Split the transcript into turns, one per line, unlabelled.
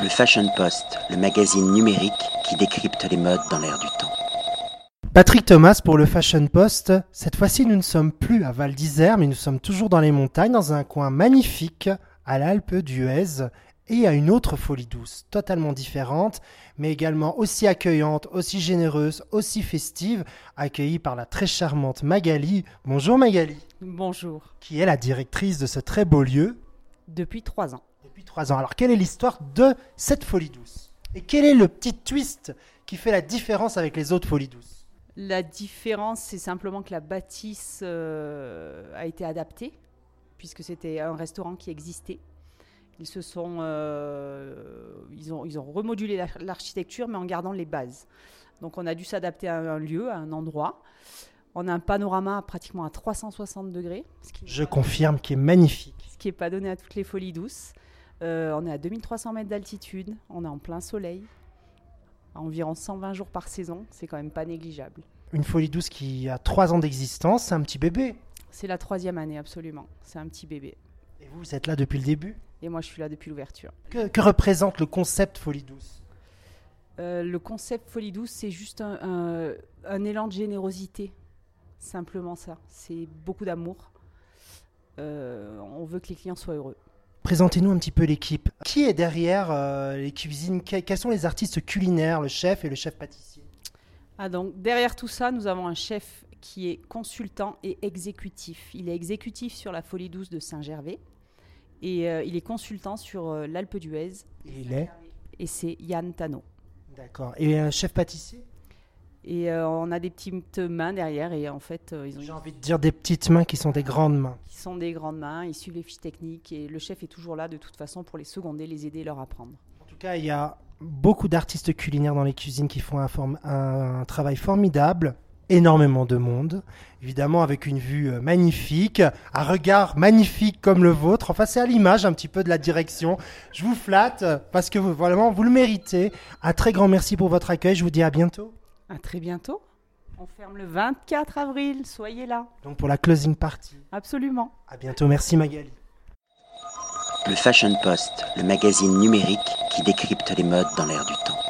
Le Fashion Post, le magazine numérique qui décrypte les modes dans l'air du temps.
Patrick Thomas pour le Fashion Post. Cette fois-ci, nous ne sommes plus à Val d'Isère, mais nous sommes toujours dans les montagnes, dans un coin magnifique, à l'Alpe d'Huez, et à une autre folie douce, totalement différente, mais également aussi accueillante, aussi généreuse, aussi festive, accueillie par la très charmante Magali. Bonjour Magali,
Bonjour.
qui est la directrice de ce très beau lieu
Depuis trois ans.
depuis trois ans. Alors, quelle est l'histoire de cette folie douce Et quel est le petit twist qui fait la différence avec les autres folies douces
La différence, c'est simplement que la bâtisse euh, a été adaptée, puisque c'était un restaurant qui existait. Ils se sont, euh, ils ont, ils ont remodulé l'ar- l'architecture, mais en gardant les bases. Donc, on a dû s'adapter à un lieu, à un endroit. On a un panorama pratiquement à 360 degrés, ce qui
Je confirme qui est magnifique.
ce qui n'est pas donné à toutes les folies douces. Euh, on est à 2300 mètres d'altitude, on est en plein soleil, à environ 120 jours par saison, c'est quand même pas négligeable.
Une folie douce qui a trois ans d'existence, c'est un petit bébé.
C'est la troisième année absolument, c'est un petit bébé.
Et vous, vous êtes là depuis le début.
Et moi je suis là depuis l'ouverture.
Que, que représente le concept folie douce
Euh, le concept folie douce, c'est juste un, un- un élan de générosité, simplement ça. C'est beaucoup d'amour. Euh, on veut que les clients soient heureux.
Présentez-nous un petit peu l'équipe. Qui est derrière euh, les cuisines Que- Quels sont les artistes culinaires, le chef et le chef pâtissier
Ah donc derrière tout ça, nous avons un chef qui est consultant et exécutif. Il est exécutif sur la Folie douce de Saint-Gervais et euh, il est consultant sur euh, l'Alpe d'Huez
Et il est.
et c'est Yann Tano.
D'accord. Et un chef pâtissier
Et euh, on a des petites mains derrière et en fait euh, ils
J'ai
ont
envie de dire des petites mains qui sont des grandes mains.
ils sont des grandes mains, ils suivent les fiches techniques et le chef est toujours là de toute façon pour les seconder, les aider, leur apprendre.
En tout cas, il y a beaucoup d'artistes culinaires dans les cuisines qui font un, form- un travail formidable. Énormément de monde, évidemment avec une vue euh, magnifique, un regard magnifique comme le vôtre. Enfin, c'est à l'image un petit peu de la direction. Je vous flatte euh, parce que vous, vraiment, vous le méritez. Un très grand merci pour votre accueil. Je vous dis à bientôt.
À très bientôt. On ferme le 24 avril, soyez là.
Donc pour la closing party.
Absolument.
À bientôt. Merci Magali.
Le Fashion Post, le magazine numérique qui décrypte les modes dans l'air du temps.